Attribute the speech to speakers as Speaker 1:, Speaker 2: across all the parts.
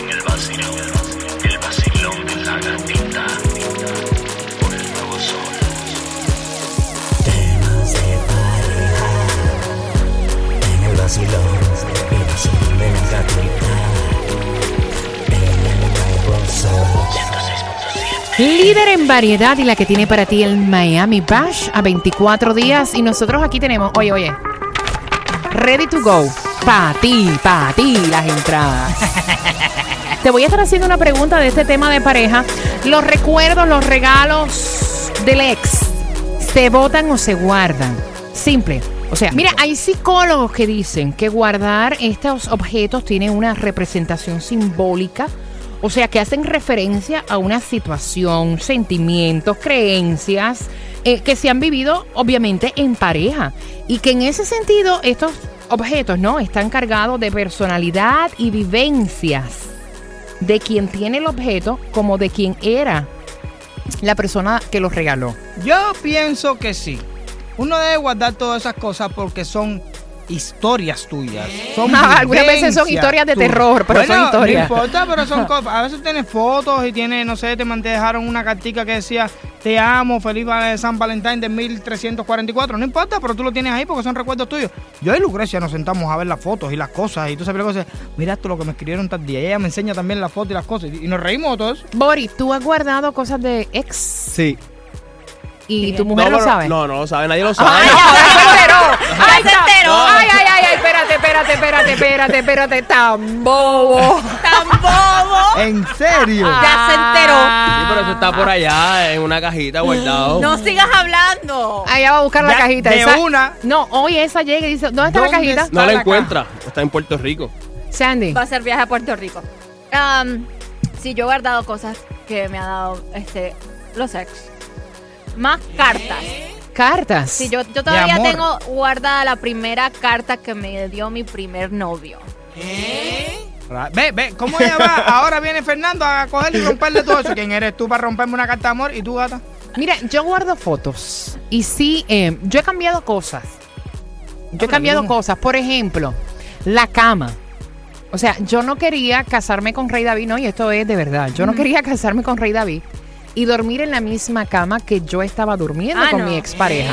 Speaker 1: En el vacilón. El vacilón de la gatita. Por el nuevo sol.
Speaker 2: En el vacilón, el vacilón de la gatita. En el nuevo sol.
Speaker 3: Líder en variedad y la que tiene para ti el Miami Bash a 24 días. Y nosotros aquí tenemos, oye, oye, ready to go. Pa' ti, pa' ti las entradas. Te voy a estar haciendo una pregunta de este tema de pareja. ¿Los recuerdos, los regalos del ex se botan o se guardan? Simple. O sea, mira, hay psicólogos que dicen que guardar estos objetos tiene una representación simbólica, o sea, que hacen referencia a una situación, sentimientos, creencias eh, que se han vivido obviamente en pareja y que en ese sentido estos objetos, ¿no? Están cargados de personalidad y vivencias de quien tiene el objeto como de quien era la persona que los regaló.
Speaker 4: Yo pienso que sí. Uno debe guardar todas esas cosas porque son historias tuyas. Son
Speaker 3: Ah, algunas veces son
Speaker 4: vivencias
Speaker 3: historias de
Speaker 4: tuyas.
Speaker 3: terror, pero son
Speaker 4: Bueno,
Speaker 3: historias.
Speaker 4: No importa, pero son cosas. A veces tienes fotos y tienes, no sé, te man- te dejaron una cartica que decía te amo, feliz va- San Valentín de 1344. No importa, pero tú lo tienes ahí porque son recuerdos tuyos. Yo y Lucrecia nos sentamos a ver las fotos y las cosas y tú sabes las cosas. Mira esto lo que me escribieron tal día. Y ella me enseña también las fotos y las cosas. Y y nos reímos de todo eso.
Speaker 3: Boris, tú has guardado cosas de ex
Speaker 5: Sí.
Speaker 3: y tu mujer
Speaker 5: no,
Speaker 3: lo
Speaker 5: pero-
Speaker 3: sabe.
Speaker 5: No, no lo sabe, nadie lo sabe.
Speaker 3: ¡Ay, ahora se enteró! ¡Ay, se enteró! ¡Ay, ay, ay! ay, Espérate, espérate, espérate, espérate, espérate. ¡Tan bobo!
Speaker 6: tan bobo.
Speaker 4: ¿En serio?
Speaker 6: Ya se enteró.
Speaker 5: Sí, pero eso está por allá en una cajita guardado.
Speaker 6: No sigas hablando.
Speaker 3: Allá va a buscar la
Speaker 4: Ya,
Speaker 3: cajita.
Speaker 4: de
Speaker 3: Esa-
Speaker 4: una.
Speaker 3: No, hoy esa llega y dice, ¿dónde está la
Speaker 4: ¿Dónde
Speaker 3: cajita?
Speaker 4: está?
Speaker 5: No la
Speaker 4: para acá.
Speaker 5: encuentra. Está en Puerto Rico.
Speaker 3: Sandy.
Speaker 6: Va a ser viaje a Puerto Rico. Am, sí, yo he guardado cosas que me ha dado este los ex. Más cartas.
Speaker 3: Cartas.
Speaker 6: Sí, yo, yo todavía
Speaker 4: amor.
Speaker 6: tengo guardada la primera carta que me dio mi primer novio.
Speaker 4: Ra- Ve, ve, ¿cómo ella va? Ahora viene Fernando a coger y romperle todo eso. ¿Quién eres tú para romperme una carta de amor y tú, gata?
Speaker 3: Mira, yo guardo fotos y sí, eh, yo he cambiado cosas. Yo he
Speaker 4: pero
Speaker 3: cambiado
Speaker 4: bien.
Speaker 3: cosas. Por ejemplo, la cama. O sea, yo no quería casarme con Rey David, no, y esto es de verdad. Yo no quería casarme con Rey David y dormir en la misma cama que yo estaba durmiendo
Speaker 6: Ah,
Speaker 3: con
Speaker 6: no.
Speaker 3: mi expareja.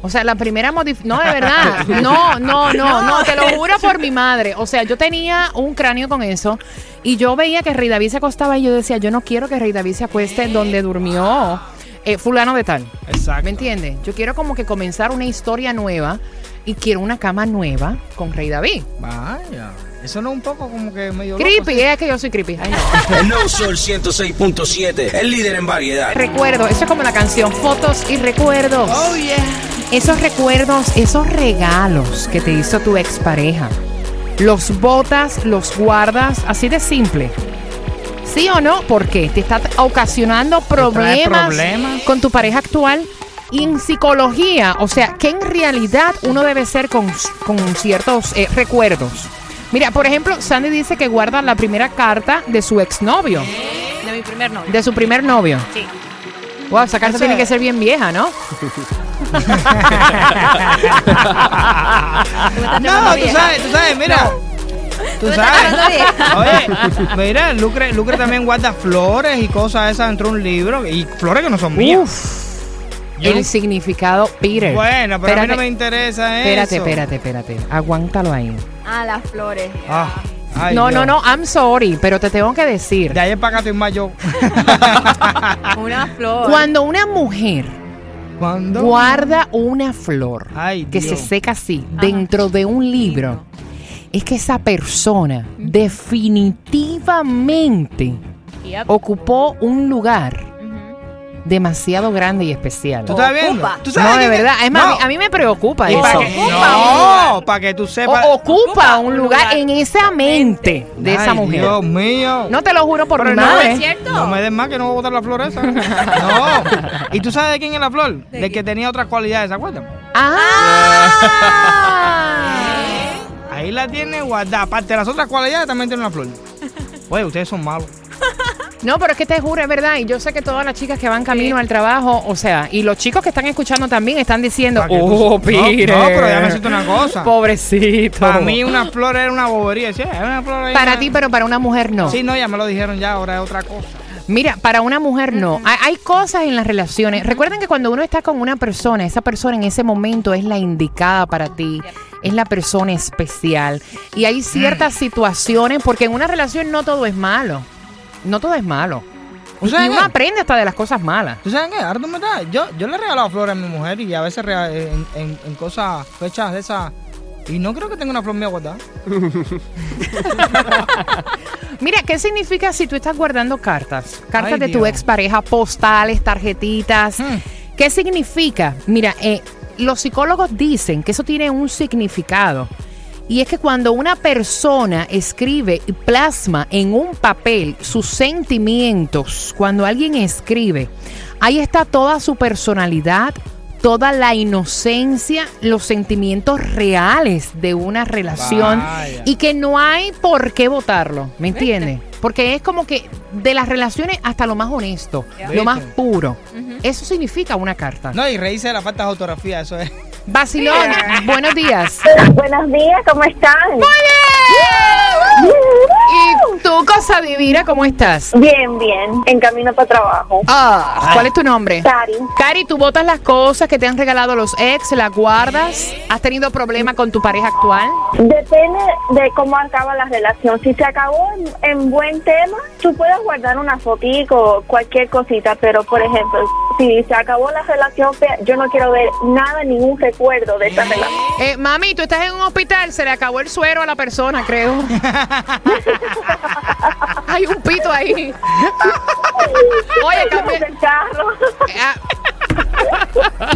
Speaker 3: O sea, la primera modificación. No, de verdad. No, no, no, no. Te lo juro por mi madre. O sea, yo tenía un cráneo con eso y yo veía que Rey David se acostaba y yo decía, yo no quiero que Rey David se acueste donde durmió eh, Fulano de Tal.
Speaker 4: Exacto.
Speaker 3: ¿Me entiendes? Yo quiero como que comenzar una historia nueva y quiero una cama nueva con Rey David.
Speaker 4: Vaya. Eso no es un poco como que medio loco,
Speaker 3: Creepy,
Speaker 4: ¿sí?
Speaker 3: es que yo soy creepy. Ay, no.
Speaker 7: El Nuevo Sol 106.7, el líder en variedad.
Speaker 3: Recuerdo, eso es como la canción, fotos y recuerdos.
Speaker 4: Oh, yeah.
Speaker 3: Esos recuerdos, esos regalos que te hizo tu expareja, los botas, los guardas, así de simple. ¿Sí o no? Porque te está ocasionando problemas,
Speaker 4: problemas.
Speaker 3: con tu pareja actual. Y en psicología, o sea, que en realidad uno debe ser con, con ciertos eh, recuerdos. Mira, por ejemplo, Sandy dice que guarda la primera carta de su exnovio,
Speaker 6: De mi primer novio.
Speaker 3: de su primer novio.
Speaker 6: Sí.
Speaker 3: Wow, esa carta
Speaker 4: Eso
Speaker 3: tiene
Speaker 4: es.
Speaker 3: que ser bien vieja, ¿no?
Speaker 4: Ah, No, tú sabes, tú sabes, mira. Tú sabes. Oye, mira, Lucre, Lucre también guarda flores y cosas esas dentro de un libro. Y flores que no son mías.
Speaker 3: Uf.
Speaker 4: Yo
Speaker 3: el
Speaker 4: no-
Speaker 3: significado Peter.
Speaker 4: Bueno, pero a
Speaker 3: espérate,
Speaker 4: mí no me interesa
Speaker 3: espérate,
Speaker 4: eso.
Speaker 3: espérate, espérate. Aguántalo ahí.
Speaker 6: Ah, las flores.
Speaker 4: Ah, ay,
Speaker 3: no, no, no,
Speaker 4: Dios.
Speaker 3: I'm sorry, pero te tengo que decir.
Speaker 4: De ayer para acá estoy más yo.
Speaker 6: Una flor.
Speaker 3: Cuando una mujer
Speaker 4: Cuando
Speaker 3: guarda una flor
Speaker 4: Ay,
Speaker 3: que
Speaker 4: Dios.
Speaker 3: se seca así
Speaker 6: Ajá.
Speaker 3: dentro de un libro, es que esa persona definitivamente
Speaker 6: Yep.
Speaker 3: ocupó un lugar
Speaker 6: Ujú.
Speaker 3: demasiado grande y especial.
Speaker 4: ¿Tú estás viendo?
Speaker 6: Ocupa.
Speaker 4: ¿Tú sabes
Speaker 3: No, de
Speaker 4: quién
Speaker 3: verdad. Es más, a
Speaker 4: No.
Speaker 3: mí- a mí me preocupa
Speaker 4: Y
Speaker 3: eso.
Speaker 4: para que- no, para que tú sepas. Oh,
Speaker 3: o ocupa un lugar en esa mente de esa
Speaker 4: Ay,
Speaker 3: mujer.
Speaker 4: Dios mío.
Speaker 3: No te lo juro por
Speaker 4: Pero
Speaker 3: mi
Speaker 4: no ¿eh?
Speaker 6: ¿Es
Speaker 3: madre.
Speaker 6: cierto?
Speaker 4: No me des más que no voy a botar la flor esa. No. ¿Y tú sabes de quién es la flor?
Speaker 6: ¿De
Speaker 4: Del que
Speaker 6: quién?
Speaker 4: tenía otras cualidades, ¿se acuerdan?
Speaker 3: Ah.
Speaker 4: Ahí Ahí la tiene guardada. Aparte de las otras cualidades, también tiene una flor. Oye, ustedes son malos.
Speaker 3: No, pero es que te juro, es verdad. Y yo sé que todas las chicas que van camino al trabajo, o sea, y los chicos que están escuchando también están diciendo,
Speaker 4: Pa' que tú-
Speaker 3: oh,
Speaker 4: No,
Speaker 3: Peter.
Speaker 4: no, pero déjame decirte una cosa.
Speaker 3: Pobrecito.
Speaker 4: Para mí una flor era una bobería. decía, "Es una flor ahí,
Speaker 3: Para
Speaker 4: una-".
Speaker 3: ti, pero para una mujer no.
Speaker 4: Sí, no, ya me lo dijeron ya, ahora es otra cosa.
Speaker 3: Mira, para una mujer no. Hay, hay cosas en las relaciones. Recuerden que cuando uno está con una persona, esa persona en ese momento es la indicada para ti. Es la persona especial. Y hay ciertas situaciones, porque en una relación no todo es malo. No todo es malo.
Speaker 4: ¿O
Speaker 3: Y-
Speaker 4: sea
Speaker 3: y uno
Speaker 4: qué?
Speaker 3: aprende hasta de las cosas malas.
Speaker 4: ¿Tú sabes qué? Ahora tú me estás- Yo, yo le he regalado flores a mi mujer y a veces rea- en, en- en cosas, fechas de esas. Y no creo que tenga una flor mía guardada.
Speaker 3: Mira, ¿qué significa si tú estás guardando cartas? Cartas
Speaker 4: Ay,
Speaker 3: de tu
Speaker 4: Dios.
Speaker 3: expareja, postales, tarjetitas.
Speaker 4: Hmm.
Speaker 3: ¿Qué significa? Mira, eh, los psicólogos dicen que eso tiene un significado. Y es que cuando una persona escribe y plasma en un papel sus sentimientos, cuando alguien escribe, ahí está toda su personalidad, toda la inocencia, los sentimientos reales de una relación
Speaker 4: Vaya.
Speaker 3: y que no hay por qué votarlo, ¿me entiendes? Porque es como que de las relaciones hasta lo más honesto, lo
Speaker 4: ¿Viste?
Speaker 3: más puro. Eso significa una carta.
Speaker 4: No, y reírse de la falta de autografía, eso es.
Speaker 3: Basilón, buenos días.
Speaker 8: Buenos días, ¿cómo están?
Speaker 3: ¿Y tú, cosa divina, cómo estás?
Speaker 8: Bien, bien, en camino para trabajo.
Speaker 3: Ah, ¿Cuál es tu nombre?
Speaker 8: Cari,
Speaker 3: Cari, tú botas las cosas que te han regalado los ex, las guardas. ¿Has tenido problema con tu pareja actual?
Speaker 8: depende de cómo acaba la relación. Si se acabó en, en buen tema, tú puedes guardar una fotico, cualquier cosita, pero por ejemplo, si se acabó la relación, fea, yo no quiero ver nada, ningún recuerdo de esa relación.
Speaker 3: Eh, mami, tú estás en un hospital, se le acabó el suero a la persona, creo. Hay un pito ahí. Oye,
Speaker 8: Vamos
Speaker 3: cambié.
Speaker 8: del carro.
Speaker 3: Ah,